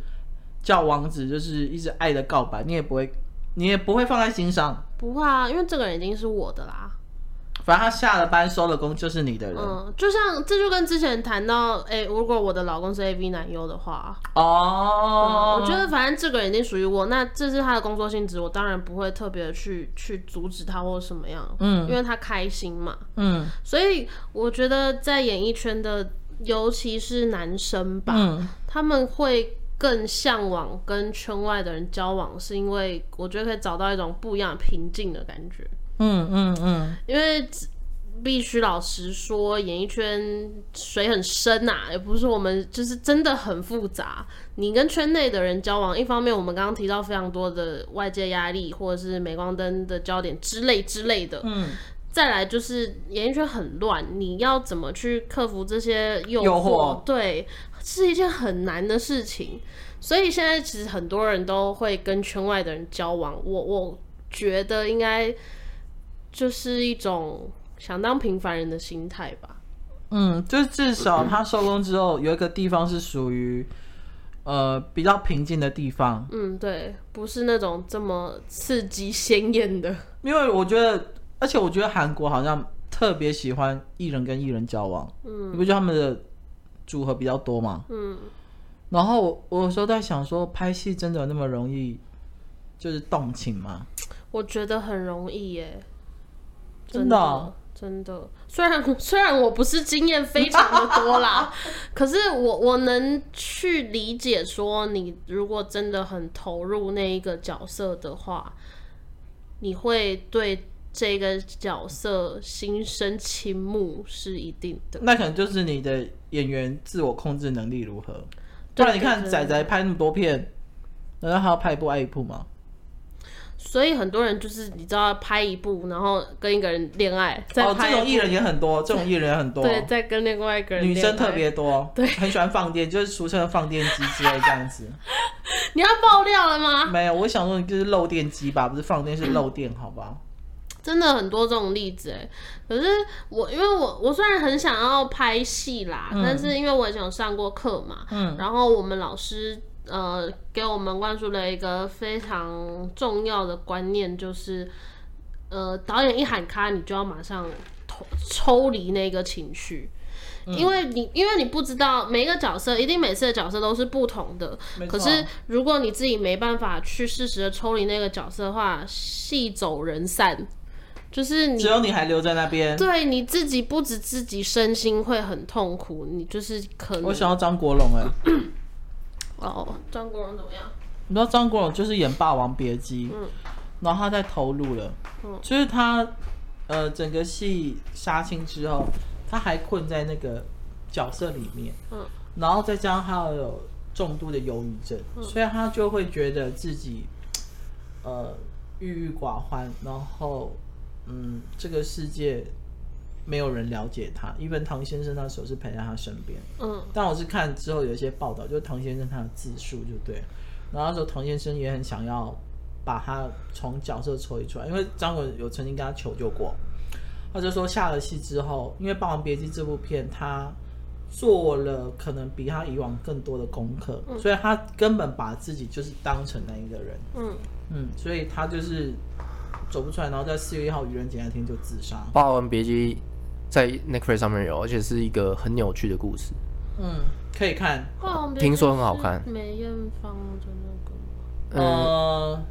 叫王子，就是一直爱的告白，你也不会，你也不会放在心上。
不会啊，因为这个人已经是我的啦。
反正他下了班收了工就是你的人、
嗯，就像这就跟之前谈到，哎、如果我的老公是 A V 男优的话，
哦。
我觉得反正这个人已经属于我，那这是他的工作性质，我当然不会特别去去阻止他或者什么样，嗯，因为他开心嘛，
嗯
所以我觉得在演艺圈的，尤其是男生吧，
嗯，
他们会更向往跟圈外的人交往，是因为我觉得可以找到一种不一样平静的感觉，
嗯嗯嗯，
因为只必须老实说，演艺圈水很深呐、也不是我们就是真的很复杂。你跟圈内的人交往，一方面我们刚刚提到非常多的外界压力，或者是镁光灯的焦点之类之类的。嗯。再来就是演艺圈很乱，你要怎么去克服这些诱惑？
诱惑
对，是一件很难的事情。所以现在其实很多人都会跟圈外的人交往，我我觉得应该就是一种想当平凡人的心态吧。
嗯，就至少他收工之后有一个地方是属于呃比较平静的地方，
嗯，对，不是那种这么刺激鲜艳的。
因为我觉得，而且我觉得韩国好像特别喜欢艺人跟艺人交往，嗯，你不觉得他们的组合比较多吗？
嗯，
然后我我有时候在想说，拍戏真的有那么容易就是动情吗？
我觉得很容易耶，
真的哦
真的。虽然虽然我不是经验非常的多 啦，可是我我能去理解说，你如果真的很投入那一个角色的话，你会对这个角色心生倾慕是一定的。
那可能就是你的演员自我控制能力如何。不
对
然你看
对对
仔仔拍那么多片，难道还要拍一部爱一部吗？
所以很多人就是你知道拍一部，然后跟一个人恋爱，再
哦，
拍
这
一部
种艺人也很多，这种艺人也很多，
对，再跟另外一个人
女生
恋爱
特别多，
对
很喜欢放电，就是俗称的放电机之类这样子。
你要爆料了吗？
没有，我想说你就是漏电机吧，不是放电是漏电，好不好？
真的很多这种例子哎，可是我因为我我虽然很想要拍戏啦，但是因为我以前有上过课嘛，嗯，然后我们老师呃给我们灌输了一个非常重要的观念，就是呃导演一喊卡，你就要马上抽抽离那个情绪。因为你，因为你不知道每一个角色，一定每次的角色都是不同的。
没
可
错啊
是如果你自己没办法去适时的抽离那个角色的话，戏走人散，就是你
只有你还留在那边。
对你自己不止自己身心会很痛苦，你就是可能
我想要张国荣哎、
哦，张国荣怎么样？
你知道张国荣就是演《霸王别姬》，然后他在投入了，就是他呃整个戏杀青之后，他还困在那个角色里面，
嗯
然后再加上他有重度的忧郁症，所以他就会觉得自己呃郁郁寡欢，然后嗯这个世界没有人了解他，因为唐先生那时候是陪在他身边，
嗯
但我是看之后有一些报道，就是唐先生他的自述就对了，然后那时候唐先生也很想要把他从角色抽离出来，因为张文有曾经跟他求救过，他就说下了戏之后，因为《霸王别姬》这部片他做了可能比他以往更多的功课，所以他根本把自己就是当成那一个人，
嗯，
嗯，所以他就是走不出来，然后在四月一号愚人节那天就自杀，
《 霸王别姬》在 Netflix 上面有，而且是一个很扭曲的故事。
嗯，可以看，
霸王别姬
听说很好看
是梅艳芳的那个吗
嗯，
呃，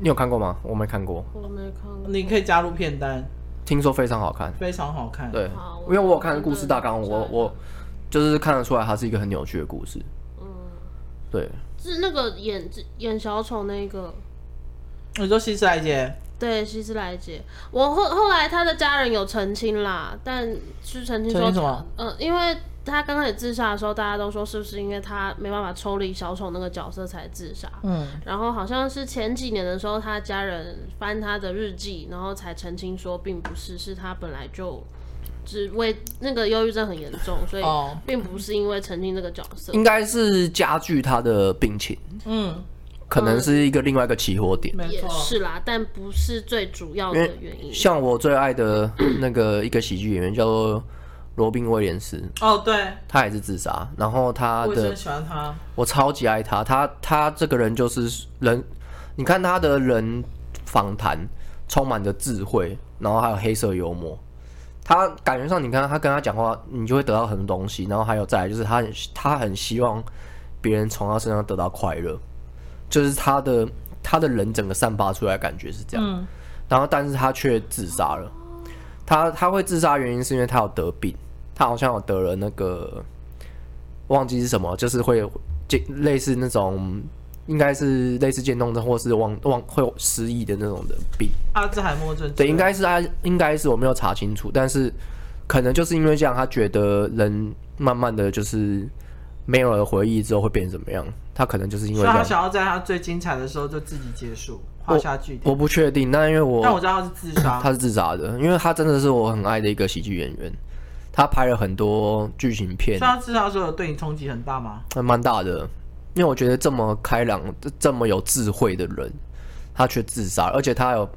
你有看过吗？我没看过，
我没看过。
你可以加入片单。
听说非常好看。
非常好看。，
对
好，
因为嗯我有看故事大纲，
我
我我就是看得出来它是一个很扭曲的故事。
嗯，
对，
是那个演演小丑那个。
你说西斯莱姐，
对，希斯莱杰，我后后来他的家人有澄清啦，但是澄清
澄
说
清什么？
呃，因为他刚开始自杀的时候，大家都说是不是因为他没办法抽离小丑那个角色才自杀？
嗯，
然后好像是前几年的时候，他家人翻他的日记，然后才澄清说并不是，是他本来就只为那个忧郁症很严重，所以
哦
并不是因为澄清这个角色。
应该是加剧他的病情，
嗯，
可能是一个另外一个起火点。
没
也
错，
是啦，但不是最主要的原因。
像我最爱的那个一个喜剧演员叫做罗宾威廉斯，
哦，对，
他也是自杀，然后他
我也是
的
很喜欢他，
我超级爱他，他他这个人就是人，你看他的人访谈充满着智慧，然后还有黑色幽默。他感觉上，你看他跟他讲话，你就会得到很多东西。然后还有再来就是他很他很希望别人从他身上得到快乐，就是他的他的人整个散发出来的感觉是这样。
嗯
然后但是他却自杀了。他他会自杀原因是因为他有得病，他好像有得了那个忘记是什么，就是会就类似那种应该是类似渐冻症或是忘忘会有失忆的那种的病。
阿兹海默症，
对，应，该是他应该是我没有查清楚，但是可能就是因为这样，他觉得人慢慢的就是没有了回忆之后会变成怎么样，他可能就是因为
所以
这
他
样。
想要在他最精彩的时候就自己结束，画下句点。
我不确定，那因为
但我知道他是自杀，
他是自杀的，因为他真的是我很爱的一个喜剧演员，他拍了很多剧情片
所以，他自杀的时候有对你冲击很大吗？
还蛮大的。因为我觉得这么开朗、这这么有智慧的人，他却自杀，而且他有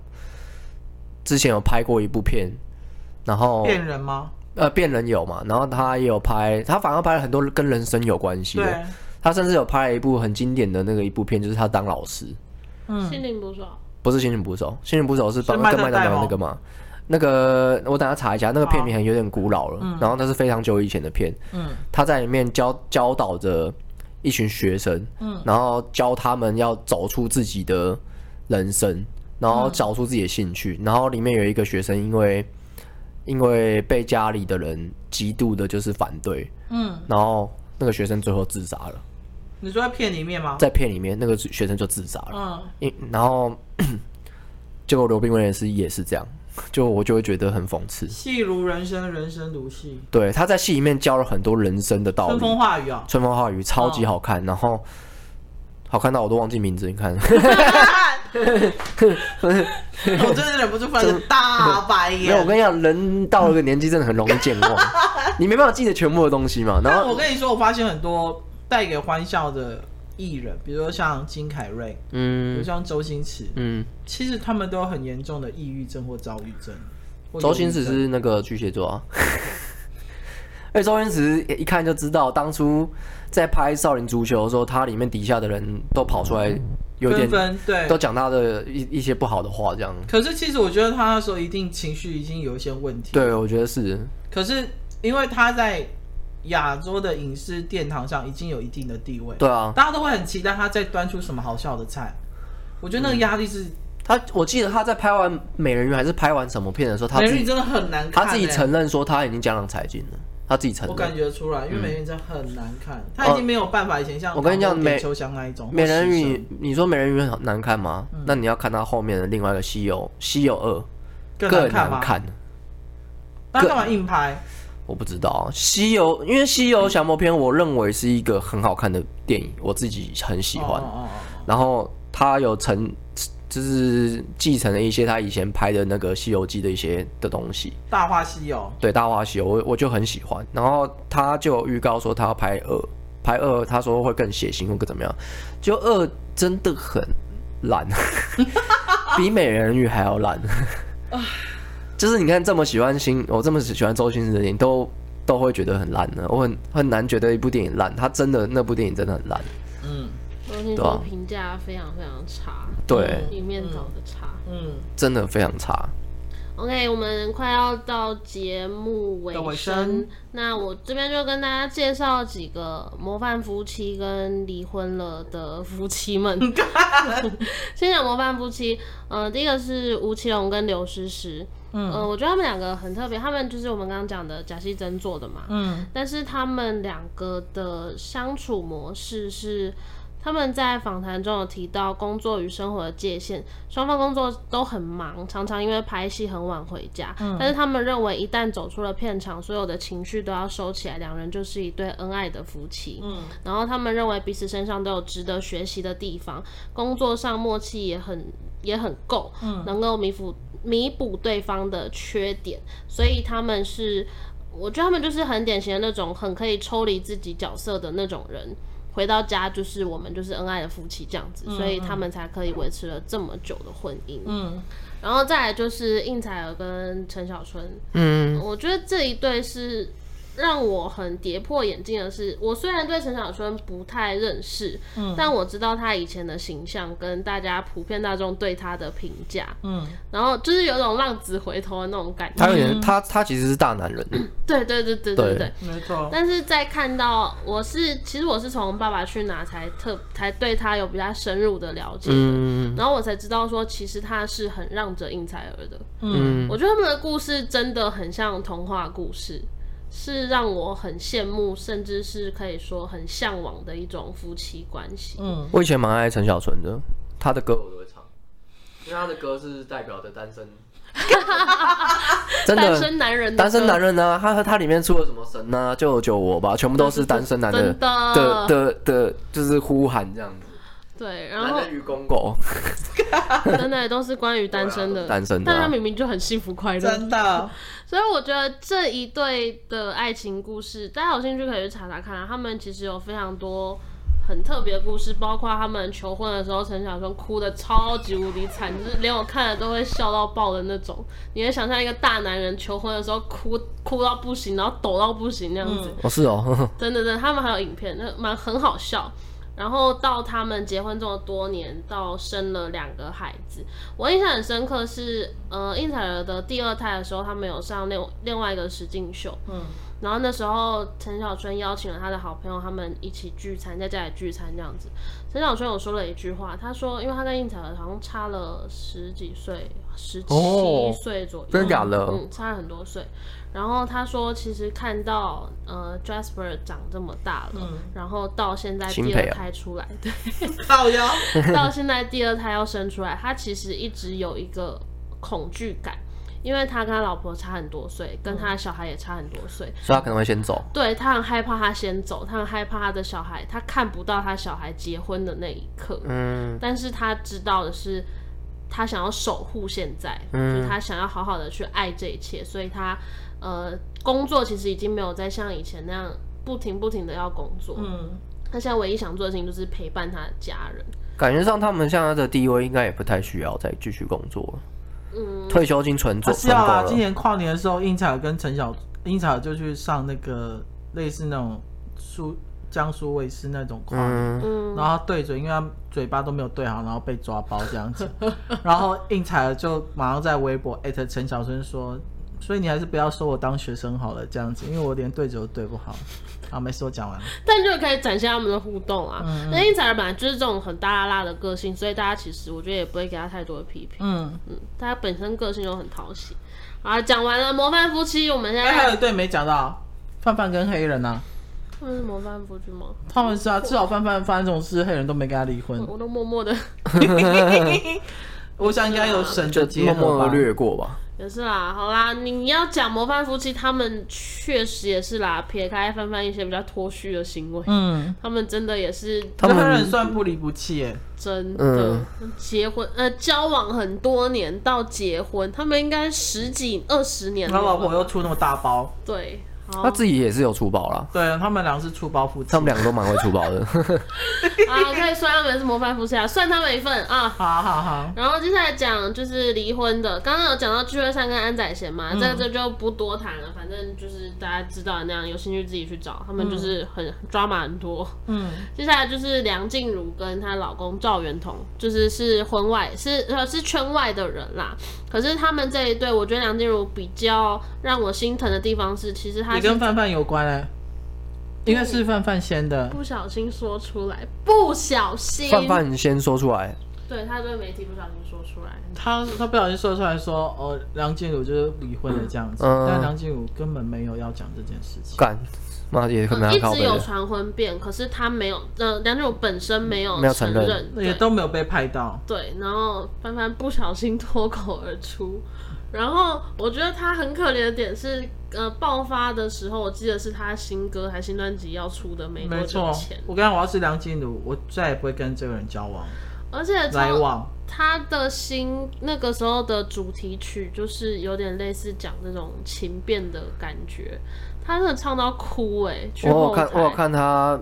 之前有拍过一部片，然后
骗人吗？
呃变人有嘛，然后他也有拍，他反而拍了很多跟人生有关系的，
对，
他甚至有拍了一部很经典的那个一部片，就是他当老师，
心灵不爽，
不是《心灵捕手》，《心灵捕手》是帮
是麦
跟
特
麦当
戴
劳
蒙
那个嘛？那个我等下查一下，那个片名很有点古老了，然后那是非常久以前的片。
嗯，
他在里面教教导着一群学生，嗯，然后教他们要走出自己的人生，然后找出自己的兴趣。然后里面有一个学生因为因为被家里的人极度的就是反对，
嗯，
然后那个学生最后自杀了，
你说在片里面吗？
在片里面那个学生就自杀了。
嗯，
因然后 结果刘冰威廉斯也是这样，就我就会觉得很讽刺。
戏如人生，人生如戏，
对，他在戏里面教了很多人生的道
春
理，
风化雨啊，
春风化雨超级好看，然后好看到我都忘记名字，你看，
我真的忍不住翻个大白
没有，我
眼。
跟你讲，人到了个年纪，真的很容易健忘，你没办法记得全部的东西嘛。然
但
后
我，跟你说，我发现很多带给欢笑的艺人，比如说像金凯瑞，比如
嗯
像周星驰，
嗯，
其实他们都有很严重的抑郁症或躁郁症。或忧
周
郁
星驰
症
是那个巨蟹座啊。 哎，周星驰一看就知道，当初在拍《少林足球》的时候，他里面底下的人都跑出来，有点
纷纷对
都，讲他的一一些不好的话，这样。
可是其实我觉得他那时候一定情绪已经有一些问题。
对，我觉得是，
可是因为他在亚洲的影视殿堂上已经有一定的地位，
对啊，
大家都会很期待他再端出什么好笑的菜。我觉得那
嗯
个压力是，
他我记得他在拍完《美人鱼》还是拍完什么片的时候，他
美
自
人鱼
己
真的很难看、
他
欸
自己，承认说他已经江郎才尽了，他自己承
我
认
感。觉出来，因为美人鱼真的很难看，他已经没有办法以前像
嗯哦我跟你讲
唐伯虎
美
点秋香那一种
美人，
或是嗯
鱼，你说美人鱼很难看吗？那你要看它后面的另外一个西游，西游二
更
更难
难看吗？
看。
那干嘛硬拍？
我不知道啊西游，因为西游降魔篇，我认为是一个很好看的电影，我自己很喜欢。
哦哦哦
然后他有承，就是继承了一些他以前拍的那个《西游记》的一些的东西。
哦大话西游
对《大话西游》，我我就很喜欢。然后他就有预告说他要拍二，拍二他说会更血腥或更怎么样，就二真的很烂， 比美人鱼还要烂。就是你看这么喜欢新，我这么喜欢周星驰的电影，都都会觉得很烂的。我很很难觉得一部电影烂，他真的那部电影真的很烂。
嗯
周星
对啊
驰评价非常非常差，
对，
里面找的差。
嗯，
真的非常差。
OK，我们快要到节目尾
的
声，
尾声
那我这边就跟大家介绍几个模范夫妻跟离婚了的夫妻 们。先讲模范夫妻，呃，第一个是吴奇隆跟刘诗诗，嗯、呃，我觉得他们两个很特别，他们就是我们刚刚讲的假戏真做的嘛，
嗯，
但是他们两个的相处模式是。他们在访谈中有提到工作与生活的界限，双方工作都很忙，常常因为拍戏很晚回家。但是他们认为，一旦走出了片场，所有的情绪都要收起来，两人就是一对恩爱的夫妻。嗯，然后他们认为彼此身上都有值得学习的地方，工作上默契也很也很够，能够弥补弥补对方的缺点，所以他们是，我觉得他们就是很典型的那种很可以抽离自己角色的那种人。回到家就是我们就是恩爱的夫妻这样子，所以他们才可以维持了这么久的婚姻。
嗯，
然后再来就是应采儿跟陈小春，
嗯，
我觉得这一对是让我很跌破眼镜的是，我虽然对陈小春不太认识，
嗯
但我知道他以前的形象跟大家普遍大众对他的评价，
嗯，
然后就是有种浪子回头的那种感
他有
觉。
点，他他其实是大男人，
对对对对
对
对对。
没错，
但是在看到我是，其实我是从《爸爸去哪》才特才对他有比较深入的了解，
嗯
然后我才知道说，其实他是很让着应采儿的。
嗯，
我觉得他们的故事真的很像童话故事，是让我很羡慕，甚至是可以说很向往的一种夫妻关系。
嗯，
我以前蛮爱陈小春的，他的歌我都会唱，因为他的歌是代表着单 身，真
单
的
身男人的歌，
单身男人啊，他他里面出了什么神啊，救救我吧，全部都是单身男的
真的
的的的，就是呼喊这样子，
对，然
男
后
人与公狗，
真的都是关于单身的，
对啊单身的啊
但他明明就很幸福快乐。
真的，
所以我觉得这一对的爱情故事，大家有兴趣可以去查查看、啊，他们其实有非常多。很特别的故事，包括他们求婚的时候，陈小春哭的超级无敌惨，就是连我看了都会笑到爆的那种。你能想象一个大男人求婚的时候哭哭到不行，然后抖到不行那样子？
哦是哦，
等等等，他们还有影片，那蛮很好笑。然后到他们结婚这么多年，到生了两个孩子，我印象很深刻是，呃，应采儿的第二胎的时候，他们有上另另外一个实境秀，
嗯
然后那时候陈小春邀请了他的好朋友，他们一起聚餐，在家里聚餐这样子。陈小春有说了一句话，他说，因为他跟应采儿好像差了十几岁，十七
哦
岁左右，
真的假的？
嗯，差了很多岁。然后他说，其实看到呃 Jasper 长这么大了，然后到现在
钦
第
佩
二
啊
胎出 来，对，
靠腰，
到现在第二胎要生出来，他其实一直有一个恐惧感，因为他跟他老婆差很多岁，跟他的小孩也差很多岁，
所以他可能会先走，
对他很害怕他先走，他很害怕他的小孩，他看不到他小孩结婚的那一刻。
嗯
但是他知道的是，他想要守护现在，
嗯
就是他想要好好的去爱这一切，所以他呃工作其实已经没有再像以前那样不停不停的要工作，
嗯，
他现在唯一想做的事情就是陪伴他的家人。
感觉上他们现在的地位应该也不太需要再继续工作了，
嗯，
退休金存
啊
做
是
存
要
够
啊，
了
今。年跨年的时候，应采儿跟陈小应采儿就去上那个类似那种苏江苏卫视那种跨年。
嗯，
嗯，
然后他对准，因为他嘴巴都没有对好，然后被抓包这样 子。然后应采儿就马上在微博艾特陈小春说：“所以你还是不要收我当学生好了，这样子，因为我连对折都对不好。”啊，没事，我讲完了。
但就可以展现他们的互动啊。那因采儿本来就是这种很大拉拉的个性，所以大家其实我觉得也不会给他太多的批评。
嗯，
嗯，他本身个性就很讨喜。啊，讲完了模范夫妻，我们现
哎，还有
在
一对没讲到，范范跟黑人呐、啊，
他们是模范夫妻吗？
他们是啊，至少范范发生这种事，黑人都没跟他离婚。
我都默默的，
我想应该有神
就
的结
默
合
默
吧
的。略过吧。
也是啦，好啦，你你要讲模范夫妻，他们确实也是啦，撇开翻翻一些比较脱序的行为，
嗯，
他们真的也是
他
这黑人
们
算不离不弃耶。
真的
嗯、
结婚呃交往很多年到结婚，他们应该十几二十年
他
了吧，
老婆啊又出那么大包，
对，好
他自己也是有出宝啦，
对他们俩是出包夫妻。
他们两个都蛮会出宝的。
啊，可以算他们是模范夫妻啊，算他们一份啊。
好好好，
然后接下来讲就是离婚的，刚刚有讲到聚会上跟安宰贤
嗯
嘛，这个这就不多谈了，反正就是大家知道的那样，有兴趣自己去找，他
嗯
们就是很抓马很多。
嗯。
接下来就是梁静茹跟她老公赵元同，就是是婚外是呃是圈外的人啦。可是他们这一对，我觉得梁静茹比较让我心疼的地方是，其实她
也
是
跟范范有关哎、因为是范范先的，
不小心说出来，不小心，
范范先说出来，
对她对媒体不小心说出来，
他他不小心说出来说哦，梁静茹就是离婚了这样子，
嗯
但梁静茹根本没有要讲这件事情。
干，妈也很
呃
难
一
靠
直
背
有
的。
传婚变，可是她没有，呃，梁静茹本身没有
没有
承
承
认，
认
那也
对
都没有被拍到，
对，然后帆帆不小心脱口而出，然后我觉得他很可怜的点是，呃，爆发的时候，我记得是他新歌还新专辑要出的没多
没
久
错
前，。
我跟你讲，我要是梁静茹，我再也不会跟这个人交往
而且
来
从
往。
他的新那个时候的主题曲，就是有点类似讲那种情变的感觉，他真的唱到哭哎、去
我有
后台
看，我有看他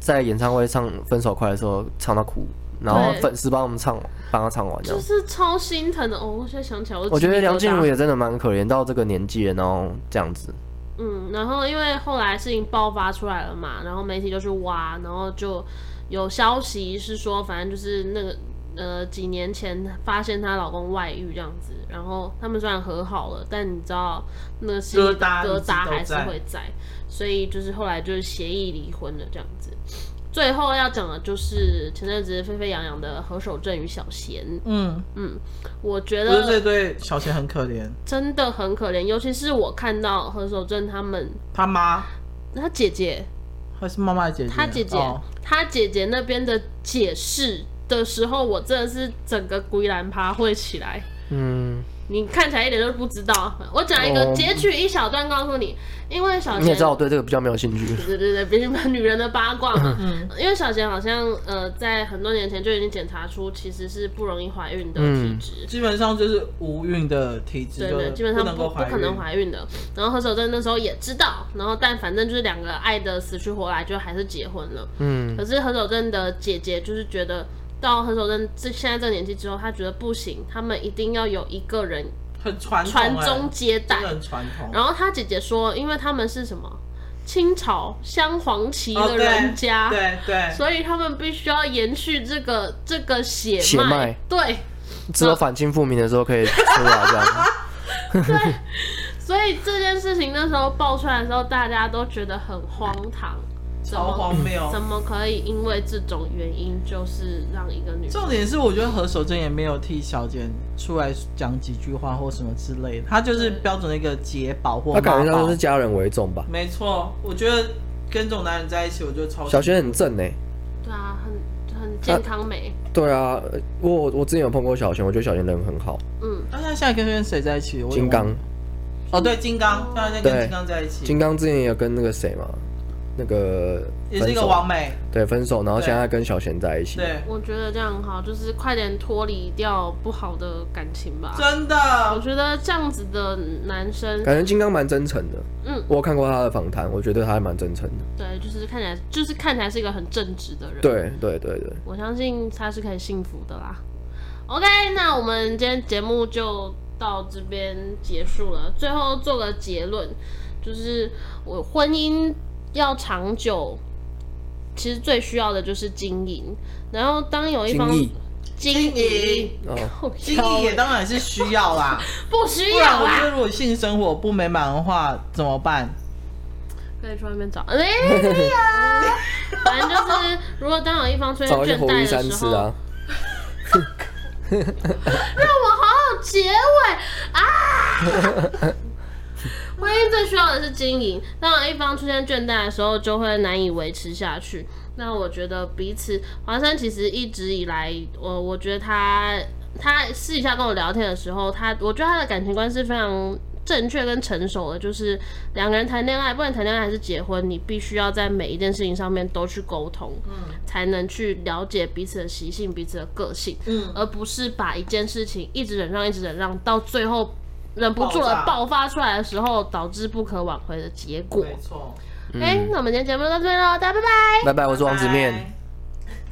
在演唱会唱《分手快》的时候唱到哭，然后
对
粉丝帮我们唱，帮他唱完这
就
样。
是超心疼的哦！我现在想起来，
我觉得梁静茹
也。
也真的蛮可怜，到这个年纪了，然后这样子，
嗯，然后因为后来事情爆发出来了嘛，然后媒体就去挖，然后就有消息是说，反正就是那个呃几年前发现她老公外遇这样子，然后他们虽然和好了，但你知道那个心里的
疙
疙
瘩一直都
瘩还是
在
会在，所以就是后来就是协议离婚了这样子。最后要讲的就是前阵子沸沸扬扬的何守正与小贤，
嗯，
我觉
我
得
觉得这对小贤很可怜，
真的很可怜，尤其是我看到何守正他们
他妈
他姐姐
还是妈妈的姐姐，
他姐
嗯
姐，
哦
他姐姐那边的解释的时候，我真的是整个龟兰趴会起来。
嗯，
你看起来一点都不知道，我讲一个
哦
截取一小段告诉你，因为小
你也
贤
知道我对这个比较没有兴趣。
对对对，毕竟女人的八卦嘛。
嗯
因为小贤好像呃，在很多年前就已经检查出其实是不容易怀孕的体
嗯
质，
基本上就是无孕的体质，
对
就
对，
是
基本上
能
不
够怀孕，
可能怀孕的。然后何守正那时候也知道，然后但反正就是两个爱的死去活来，就还是结婚了。
嗯，
可是何守正的姐姐就是觉得，到何守正这现在这个年纪之后，她觉得不行，他们一定要有一个人
很传统
传
哎
宗接代
真的。很传统。哦
然后她姐姐说，因为他们是什么清朝镶黄旗
哦
的人家，
对对，
所以他们必须要延续这个这个血
血脉
对，
只有反清复明的时候可以出来这样。
所以这件事情那时候爆出来的时候，大家都觉得很荒唐。怎
超
么
荒谬。
怎么可以因为这种原因，就是让一个女
重
生
点是，我觉得何守正也没有替小简出来讲几句话或什么之类的，他就是标准的一个姐宝或
他感觉
妈
上
宝
就是家人为重吧。
没错，我觉得跟这种男人在一起，我就超
小轩很正哎、
对啊，很很健康美，
对啊，呃我我之前有碰过小轩，我觉得小轩人很好，
嗯，
那他现在跟跟谁在一起？我也
金刚
忘了。哦，对，金刚，他现在跟
对
金刚在一起。
金刚之前也有跟那个谁嘛，那个
也是一个
分手
完美，
对分手，然后
对
现在跟小贤在一起，
对，
我觉得这样很好，就是快点脱离掉不好的感情吧。
真
我
的，
觉得这样子的男生，
感觉金刚蛮真诚的。
嗯，
我有看过他的访谈，我觉得他还蛮真诚的。
对，就是看起来就是看起来是一个很正直的人。，
对对对对，
我相信他是可以幸福的啦。OK，那我们今天节目就到这边结束了。最后做个结论，就是我婚姻要长久，其实最需要的就是经营。然后当有一
经
方
意
经营，
哦，
经济也当然是需要啦，
不需
不然
要啊
我觉得
啦，
如果性生活不美满的话怎么办？
可以去外面找。哎、呀，反正就是，如果当有一方出现
找一
倦
个活
怠
鱼
的
三
时
吃
候，
啊，
让我好好结尾啊！婚姻最需要的是经营，当一方出现倦怠的时候，就会难以维持下去。那我觉得彼此，华山其实一直以来，我我觉得他他私底下跟我聊天的时候，他我觉得他的感情观是非常正确跟成熟的，就是两个人谈恋爱，不管谈恋爱还是结婚，你必须要在每一件事情上面都去沟通，
嗯
才能去了解彼此的习性、彼此的个性。
嗯，
而不是把一件事情一直忍让，一直忍让，到最后忍不住了
爆炸
爆发出来的时候，导致不可挽回的结果。
错，
哎、那我们今天节目就到这边喽，大家拜拜。
拜拜，我是王子面。
拜拜